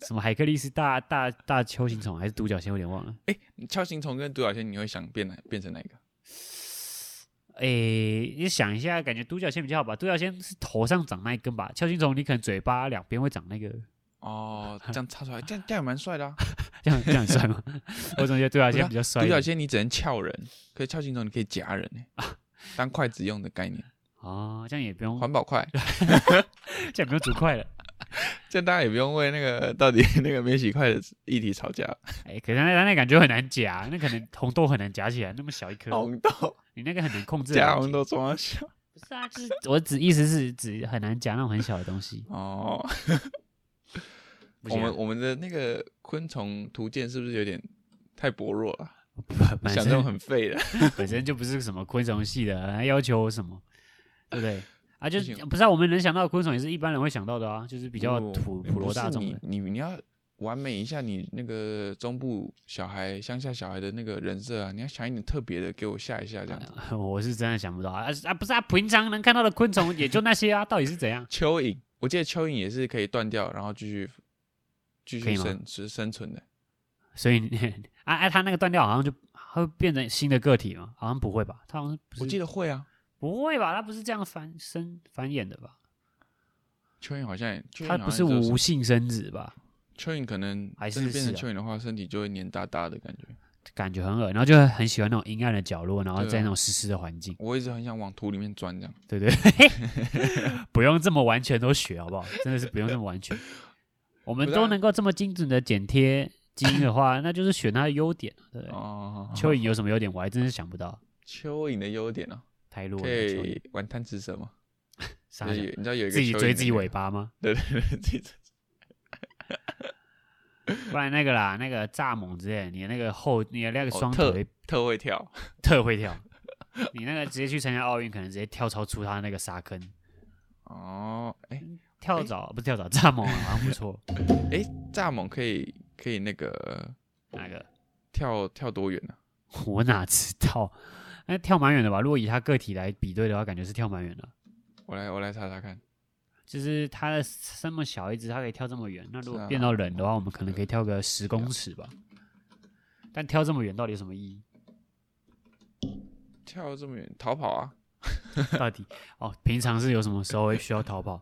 什么海克力斯大大大球形虫还是独角仙，有点忘了。
锹形虫跟独角仙，你会想变哪变成哪一个？
诶、你想一下，感觉独角仙比较好吧？独角仙是头上长那一根吧，锹形虫你可能嘴巴两边会长那个，
哦，这样插出来，这样这样也蛮帅的啊。
这样 [LAUGHS] 这样很帅
[LAUGHS]
吗？我总觉得独角仙比较帅一
啊独角
点。
仙你只能翘人，可是锹形虫你可以夹人呢、当筷子用的概念，
哦，这样也不用，
环
[LAUGHS]
保筷，
这样也不用煮快了。
这样大家也不用为那个到底那个免洗筷的议题吵架。
哎、可是那那感觉很难夹，那可能红豆很难夹起来，那么小一颗，
红豆
你那个很难控制得
夹
了。
红豆装到小
不是啊，就是我指意思是指很难夹那种很小的东西。
[LAUGHS] 哦，
不
我
行啊、
们我们的那个昆虫图鉴是不是有点太薄弱了？
本
想这
身
种很废的，
[LAUGHS] 本身就不是什么昆虫系的，啊还要求我什么，对不对？啊，就
不
是
行
不是啊？我们能想到的昆虫也是一般人会想到的啊，就是比较
不
普
不
普罗
是
大众
你
的。
你你要完美一下你那个中部小孩、乡下小孩的那个人设啊，你要想一点特别的给我吓一下这样子。
我是真的 [LAUGHS] 想不到啊啊啊！不是啊，平常能看到的昆虫也就那些啊，到底是怎样？
蚯蚓，我记得蚯蚓也是可以断掉，然后继续继
可以
续
吗
生是生存的。
所以你啊啊，它那个断掉好像就它会变成新的个体吗？好像不会吧？它好像不是
我记得会啊，
不会吧？它不是这样繁生繁衍的吧？
蚯蚓好像也蚯蚓
它
好
不
像
是
只有
无性生殖吧？
蚯蚓可能
还
真的
是啊
变成
是
蚯蚓的话，身体就会黏哒哒的感觉。
感觉很恶，然后就会很喜欢那种阴暗的角落，然后
对啊
在那种湿湿的环境。
我一直很想往土里面钻这样。
对对，嘿 [LAUGHS] 不用这么完全都学，好不好？真的是不用这么完
[LAUGHS]
全。我们
不是啊
都能够这么精准的剪贴基因的话，那就是选它的优点，对不对？
哦，
蚯蚓有什么优点？我还真是想不到，
蚯蚓的优点呢、
太弱
啊，
了。
可
蚯蚓
以玩贪吃蛇吗？
傻
就
小
是有你知道有一个
自己
蚯蚓
追
的
自己
那个
尾，巴吗？
对对对，自己追
不然那个啦，那个蚱蜢之类的，你那个后，你的那个
哦
双
特
腿
特会跳。
特会跳，你那个直接去参加奥运，可能直接跳超出他那个沙坑。
哦，哎、
跳
哎
蚤不是跳蚤，蚱蜢啊好像不错。
蚱蜢可以可以那个
那个
跳跳多远呢、
我哪知道？那跳蛮远的吧？如果以他个体来比对的话，感觉是跳蛮远的。
我来我来查查看。
就是它的这么小一只，它可以跳这么远。那如
是
果
啊
变到人的话，我们可能可以跳个十公尺吧。但跳这么远到底有什么意义？ [LAUGHS]
跳这么远，逃跑啊！
到底哦，平常是有什么时候会需要逃跑？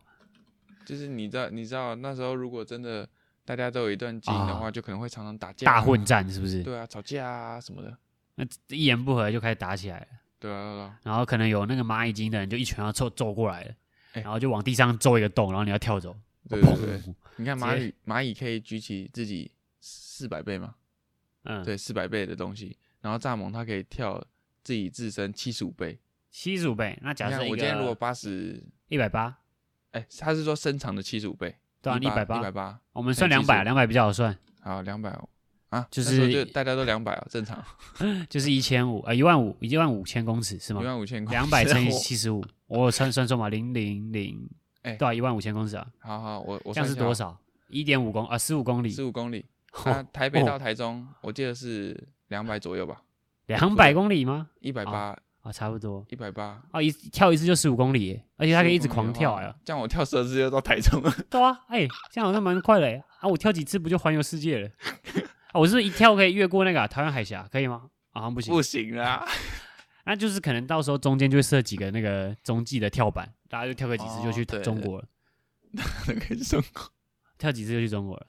就是你知道，你知道那时候如果真的大家都有一段基因的话，
啊
就可能会常常打架、
大混。战是不是？
对啊，吵架啊什么的。
那一言不合就开始打起来了，
对啊，对啊，
然后可能有那个蚂蚁精的人就一拳要揍揍过来了，
哎
然后就往地上揍一个洞，然后你要跳走。
对
砰
对对。你看
直
蚂
接
蚁，蚂蚁可以举起自己四百倍嘛？
嗯，
对，四百倍的东西。然后蚱蜢它可以跳自己自身七十五倍。
七十五倍。那
你
假
看
设一
我今天如果
个
八十，
一百八，
哎，他是说身长的七十五倍，
对啊，一百
百一
八
百，八，
我们算两
75
百，两百比较好算，
好，两百啊，
就
那时候
是
大家都两百啊，正
[LAUGHS]
常，
就是一千五啊，一万五，一万五千公尺是
一
吗？
万五
[LAUGHS]
千块，
两百乘以
我
七十五，我有算算错吗？零零零，
哎
对啊，一万五千公尺啊，
[LAUGHS] 好好，我我
这样
算
是多？少？一点五公啊，十五公里
十，
[LAUGHS]
五公里，
吼
啊，台北
哦
到台中，我记得是两百左右吧，
两百公里吗？
一百八，
啊，差不多
一百八。
啊，一跳一次就十五公里耶，而且它可以一直
15公里
狂
的
跳
话
哎，
这样我跳十次就到台中了。
对啊，哎，这样好像蛮快的哎，啊，我跳几次不就环游世界了？ [LAUGHS] 啊，我是不是一跳可以越过那个啊台湾海峡，可以吗？啊好像不行，
不行啦，
那就是可能到时候中间就会设几个那个中继的跳板，大家就跳个几次就
哦
去
对对
中国了，
那个中国
跳几次就去中国了。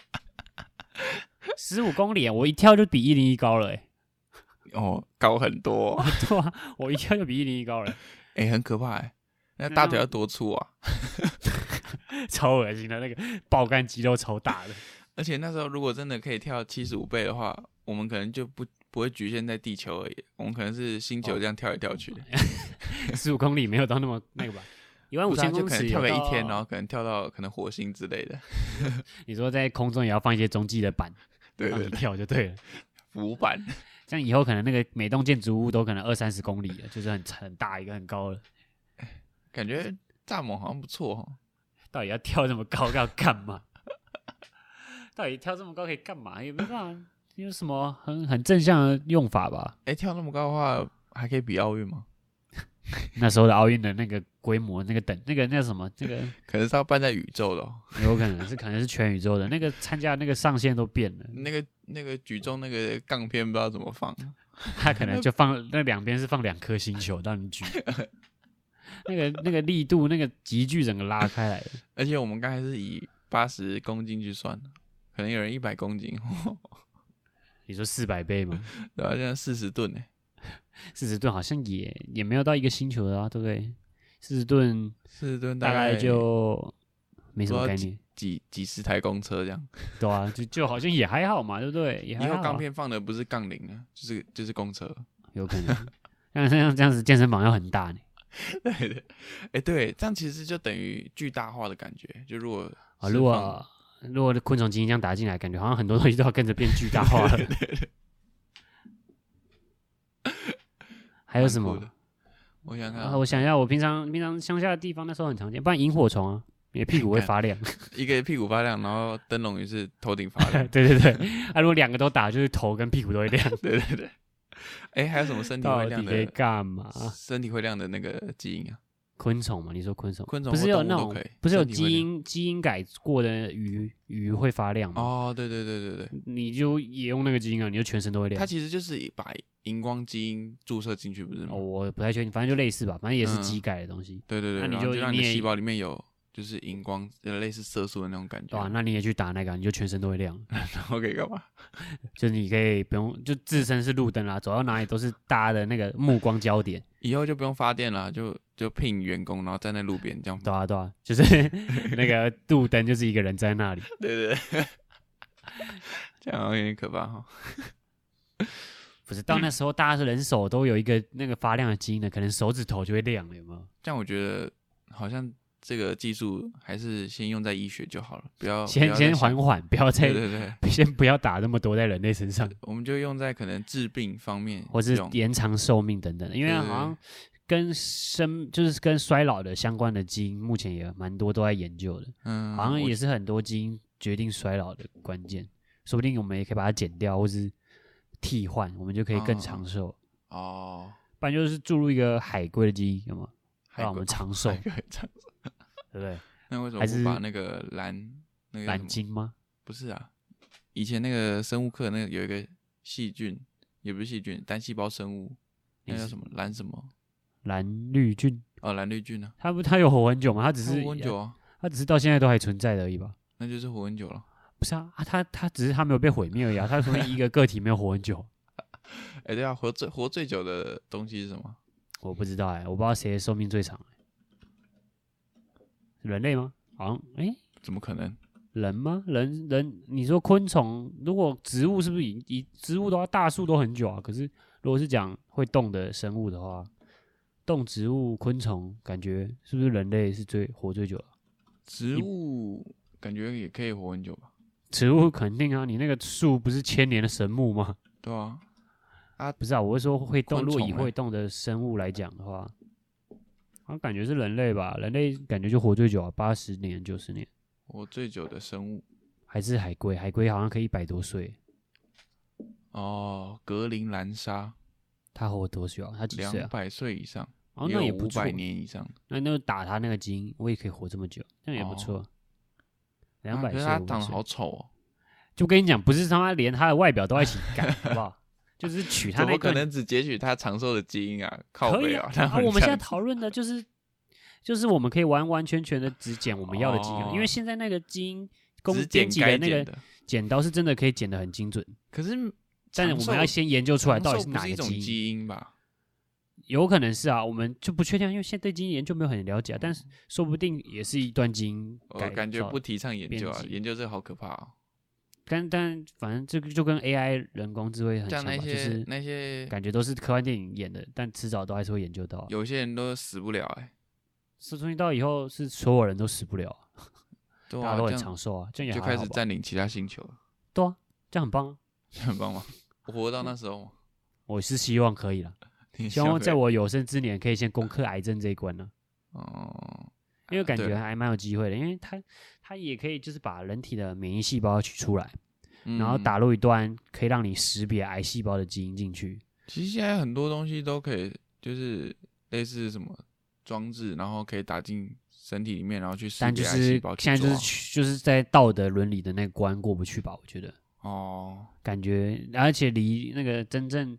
十五公里耶，啊我一跳就比一零一高了，哎，
[LAUGHS] 哦高很多哦，
[LAUGHS] 对啊，我一跳就比一零一高了，
哎，很可怕哎，那
那
大腿
让
要多粗啊？
超恶心的那个爆肝肌肉超大的，
而且那时候如果真的可以跳七十五倍的话，我们可能就不不会局限在地球而已，我们可能是星
哦
球这样跳来跳去的。
十五公里没有到那么那个吧，一万五
不是啊
千
就
公
可能
尺
跳个
有
一
到
天，然哦后可能跳到可能火星之类的。
你说在空中也要放一些中继的板
对
让
对
你 [LAUGHS]
对，
跳就对了，
浮板。
像以后可能那个每栋建筑物都可能二三十公里了，就是很很大一个很高了，
感觉蚱蜢好像不错哦。
到底要跳这么高要干嘛？ [LAUGHS] 到底跳这么高可以干嘛？也没办法，有什么很很正向的用法吧？
哎，跳那么高的话，还可以比奥运吗？
那时候的奥运的那个规模、那个等、那个那什么，这个
可能是要办在宇宙的、哦。
有可能是可能是全宇宙的那个参加那个上限都变了，
那个那个举重那个杠片不知道怎么放，
他可能就放那两边是放两颗星球让你举，那个那个力度、那个急剧整个拉开来了，
而且我们刚才是以八十公斤去算的，可能有人一百公斤，哦
你说四百倍吗？
[LAUGHS] 对吧、现在四十吨欸呢，
四十吨好像也也没有到一个星球的啊，对不对？四十吨
四十吨
大
概
概就没什么
不知道
概念。
几几十台公车这样。
对啊，就就好像也还好嘛，对不对？也
以
还好
后
啊、
杠片放的不是杠铃啊，就是就是公车。 [LAUGHS]
有可能。像像这样子，健身房要很大呢。
对的，哎对，这样其实就等于巨大化的感觉。就如果
啊，
是
如
放
果如果昆虫基因这样打进来，感觉好像很多东西都要跟着变巨大化了。 [LAUGHS] 还有什么
蛮酷？的？我想看
啊，，我想一下，我平常平常乡下的地方那时候很常见，不然萤火虫啊，你的屁股会发亮。。
一个屁股发亮，然后灯笼也是头顶发亮
对对
[LAUGHS]
对，啊，如果两个都打，就是头跟屁股都会亮。
对对对。哎，还有什么身体
到
会
底
亮
可以
的？
干嘛？
身体会亮的那个基因啊？
昆虫嘛，你说昆虫？
昆虫
不是
或
有
动物
那
都
种
可以
不是有
身体会
基因基因改过的鱼鱼会发亮吗？
哦，对对对对对，
你就也用那个基因啊，你就全身都会亮
它。其实就是把荧光基因注射进去，不是吗
哦，？我不太确定，反正就类似吧，反正也是
嗯
机改的东西，
对对对，
那你
然后
就
就让你的
你也
细胞里面有就是荧光，呃类似色素的那种感
对吧、
[LAUGHS] 觉。
那你也去打那个啊，你就全身都会
[LAUGHS]
亮，
然后可以干嘛？
就是你可以不用，就自身是路灯啦，走到哪里都是大家的那个目光焦点，
以后就不用发电了，就就聘员工，然后站在路边
[LAUGHS]
这样。
对啊对啊，就是 [LAUGHS] 那
[LAUGHS]
个路灯就是一个人在那里，
对对对， [LAUGHS] 这样好像有点可怕哈。
不是到那时候大家的人手都有一个那个发亮的基因的，可能手指头就会亮了，有没有？
这样我觉得好像这个技术还是先用在医学就哦好了，不要不
先
要再
先
想
缓缓，不要再
对对
[LAUGHS]
对，
先不要打那么多在人类身上，
我们就用在可能治病方面
或是
用，
延长寿命等等的，因为
对
好像跟生就是跟衰老的相关的基因，目前也蛮多都在研究的，
嗯，
好像
我
也是很多基因决定衰老的关键，说不定我们也可以把它剪掉或是替换，我们就可以更
哦
长寿。
哦，
不然就是注入一个海龟的基因，有吗？
海
让我
龟
们长寿，
海
对
龟
[LAUGHS]
长寿
不对？
那为什么
还是
不把那个蓝那个叫什
蓝
么
鲸吗？
不是啊，以前那个生物课那个有一个细菌，也不是细菌，单细胞生物，那
你
叫
是
什么蓝什么？
蓝绿菌，
哦，蓝绿菌啊，
它不它有活很久吗？它只
它
是
活很久啊，
它只是到现在都还存在的而已吧？
那就是活很久了。
不是啊，啊它它只是它没有被毁灭而已啊，它说不定一个个体没有活很久，
哎，对啊，活最活最久的东西是什么？
我不知道哎、我不知道谁的寿命最长、欸，人类吗？好像哎、
怎么可能？
人吗？人人，你说昆虫，如果植物是不是以以植物的话，大树都很久啊？可是如果是讲会动的生物的话，动植物、昆虫，感觉是不是人类是最活最久的？
植
一
物感觉也可以活很久吧？
植物肯定啊，你那个树不是千年的神木吗？ [LAUGHS]
对啊，
不是啊，我是说会动，
昆
如
虫
果以
欸
会动的生物来讲的话，好像感觉是人类吧？人类感觉就活最久啊，八十年、九十年，
活最久的生物
还是海龟？海龟好像可以一百多岁，
哦，格林兰鲨，
它活多久啊？它几岁
两
啊？
百岁以上，
哦，
也
那也
有
不
五
错
百。年以上。
那那就打他那个基因，我也可以活这么久，那也不
哦
错。两
啊
百
可
岁
是它
500
长得
岁
好丑哦，
就跟你讲，不是他妈连他的外表都要一起
[LAUGHS]
改，好不好？就是取他
怎
那
么可
段
能只截取它长寿的基因啊？靠
可以
背 [LAUGHS]
啊。
那
啊，我们
这
现在
样
讨论的就是，就是我们可以完完全全的只剪我们要的基因，因为
哦
现在那个基因工
只
编
剪
辑
该
的那
剪
个
的。
剪刀是真的可以剪得很精准，
可是，
但是我们要先研究出来到底
是
哪
一
个
种
基因。
基因吧？
有可能是啊，我们就不确定，因为现在对基因研究没有很了解啊，但是说不定也是一段基因
我
改
嗯哦感觉
造
不提倡研究啊
编，辑
研究这好可怕哦。
但但反正这个就跟 AI 人工智慧很像
像
吧，
那
就
些
是
那些，
感觉都是科幻电影演的，但迟早都还是会研究到啊。
有些人都死不了哎，
是东西到以后是所有人都死不了啊，
对
大
啊
家都，
这
很
样
长寿啊，这样也
就
还
开
好
始
吧
占领其他星球了， [LAUGHS]
对啊，这样很棒啊。
很棒吗？我活到那时候吗，
我是希望可
[LAUGHS]
以了，
你
希望
可以
在我有生之年可以先攻克癌症这一关呢、
哦，
因为感
对
觉
了
还蛮有机会的，因为它它也可以就是把人体的免疫细胞取出来，然后
嗯
打入一段可以让你识别癌细胞的基因进去，
其实现在很多东西都可以，就是类似什么装置，然后可以打进身体里面，然后去识
但就
别癌细
是
胞去
现
啊
在就是
抓
去就是在道德伦理的那个关过不去吧，我觉得
哦，
感觉，而且离那个真正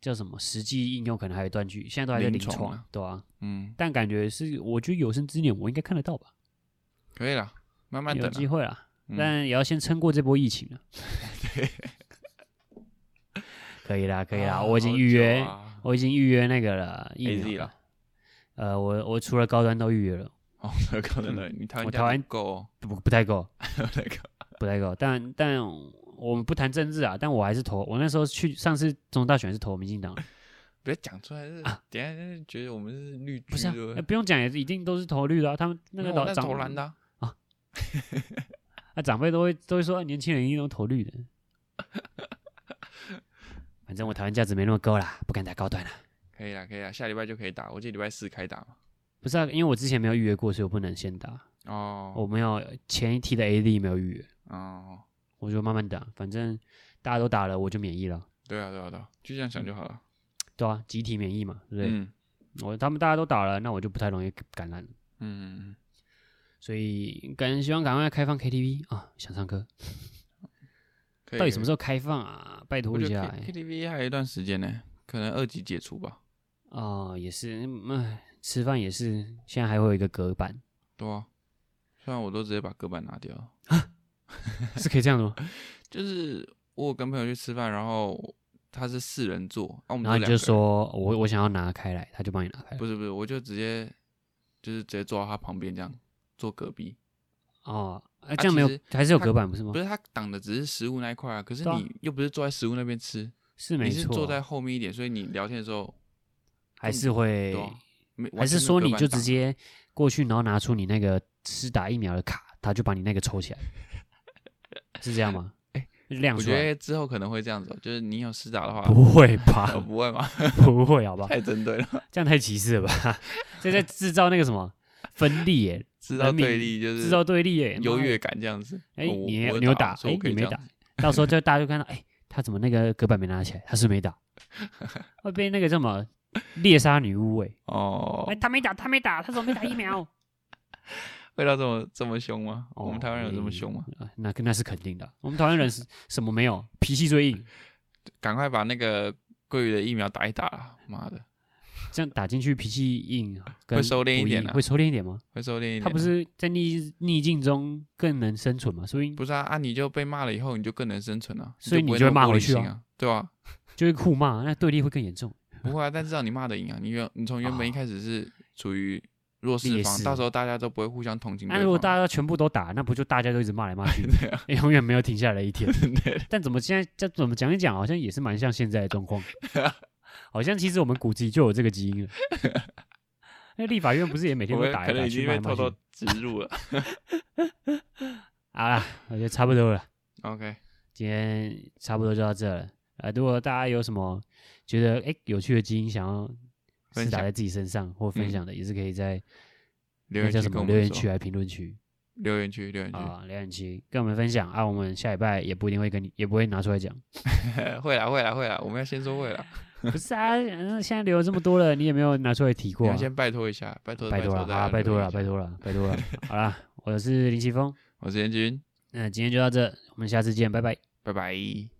叫什么实际应用可能还有一段距，离，现在都还在临
临
床，
床啊
对啊，
嗯，
但感觉是我觉得有生之年我应该看得到吧，
可以啦，慢慢
有
等
机
啦。
会啦，
嗯
但也要先撑过这波疫情啊。
对，
[LAUGHS] 可以啦，可以啦，
啊
我已经
好
预
久
约，
啊
我已经预约那个了疫
AZ
苗
啦
了。呃，我我除了高端都预约了，
哦，这个可能了，你台
嗯我
湾
台
家
湾
不够哦，
[LAUGHS] 不不太够，
那 [LAUGHS] 个
不太够。但但我们不谈政治啊，但我还是投。我那时候去上次总统大选是投民进
[LAUGHS]
党，
别讲出来，是
啊
等一下就是觉得我们是绿
不
军
是、啊
对
呃
对
不用讲也是一定都是投绿的、啊。他们那个
没有我
老
那
长
投蓝的啊，
啊，长辈都会都会说年轻人一定都投绿
[LAUGHS]
的。反正我台湾价值没那么高啦，不敢打高端啦。
可以啦，可以啦，下礼拜就可以打。我记得礼拜四开打嘛。
不是啊，因为我之前没有预约过，所以我不能先打。
哦
我没有前一梯的 AD 没有预约，
哦，
我就慢慢打，反正大家都打了，我就免疫了。
对啊对啊对啊，就这样想就好了。
对啊，集体免疫嘛，对不对？
嗯
我他们大家都打了，那我就不太容易感染了。
嗯，
所以赶希望赶快开放 KTV 啊！想唱歌，
可以。
到底什么时
候？
候开放啊？拜托
我
一
觉得
下欸
K KTV 还有一段时间呢，可能二级解除吧。
啊、也是，嗯唉，吃饭也是，现在还会有一个隔
[LAUGHS]
板，
对啊，虽然我都直接把隔板拿掉了，
是可以这样的吗？
就是我有跟朋友去吃饭，然后他是四人座，啊，我们
然后
只
你
有两
就
个人
说我我想要拿开来，他就帮你拿开来。
不是不是，我就直接就是直接坐到他旁边这样，坐隔壁。
哦，哎、
啊
这样没有
其实，
还是有
他
隔板不是吗？
不是他挡的只是食物那一块啊，可是
对啊
你又不是坐在食物那边吃，
是没
你是
错，
坐在后面一点，所以你聊天的时候
还是会
对、啊，没
还是说你就直
接。
接过去，然后拿出你那个施打疫苗的卡，他就把你那个抽起来，
[LAUGHS]
是这样吗？
哎
亮
我
出
觉
来？
得之后可能会这样子哦，就是你有施打的话，
啊不会啊
呃 [LAUGHS]
吧？
不会吗？
不会，
[LAUGHS]
好不好？
太针对
[LAUGHS]
了，
这样太歧视了吧？ [LAUGHS] 这在制造那个什么分裂耶，
知道
人民
对立就
制
是
造对立耶，
呃优
妈的
越感这样子。
哎，
哦我
你
我
你有
打
打
了，所
哎
以我，可以
你
这
没
样
打，到时候就大家就看到，哎，他怎么那个隔板没拿起来？他是没打，会被那个叫什么猎杀女巫哎，
哦
哎，，他没打，他没打，他怎么没打疫苗？ [LAUGHS]
会到这么这么凶吗？
哦
我们台湾人有这么
哎
凶吗？
啊那那是肯定的，我们台湾人是什么没有，脾气最硬，
赶快把那个鲑鱼的疫苗打一打啦！妈的，
这样打进去脾气硬，跟
会收敛一
不
点
硬
啊
会收敛一点吗？
会收敛一点。啊
他不是在逆逆境中更能生存吗？所以
不是啊啊！你就被骂了以后，你就更能生存啊，
所以
你
你
不
就
会
会
那么
骂
玻
回
璃
去
心
啊
啊，
[LAUGHS]
对啊，
就会酷骂，那对立会更严重。
不会啊，但至少你骂得赢啊。你原你从原本一
啊
开始是处于弱势
劣
方，
势
到时候大家都不会互相同情对
那
方。，
如果大家全部都打，那不就大家都一直骂来骂去 [LAUGHS]
[LAUGHS] 对啊， [LAUGHS]
哎永远没有停下来的一天。
对
但怎么现在这怎么讲一讲，好像也是蛮像现在的状
[LAUGHS]
况，好像其实我们骨子里就有这个基因了。那立法院不是也每天
我
都
们
打来
可能
打
已
去
经
骂
被
来骂
偷
去
偷？植入了。
好啦，我觉得差不多了。 [LAUGHS]
OK，
今天差不多就到这了。呃，如果大家有什么觉得诶有趣的基因想要
分
是打
享
在自己身上或分
嗯
享的，也是可以在那
留言
叫
区
什
跟
么
我
留
们
言区
说，嗯
还评论区
留言区，留言区，
啊留言区跟我们分享啊，我们下礼拜也不一定会跟你，也不会拿出来讲。
[LAUGHS] 会啦，会啦，会啦，我们要先说
[LAUGHS]
会啦，
不是啊，嗯现在留了这么多了，你也没有拿出来提
你
过、
要
啊。
先拜托一下，拜托，
拜托
托
了
大
啊，
家
拜
留
托
言
了，
一下
拜托了，拜托了。好啦，我是林奇峰，
我是严君，
那今天就到这，我们下次见，拜拜。
拜拜。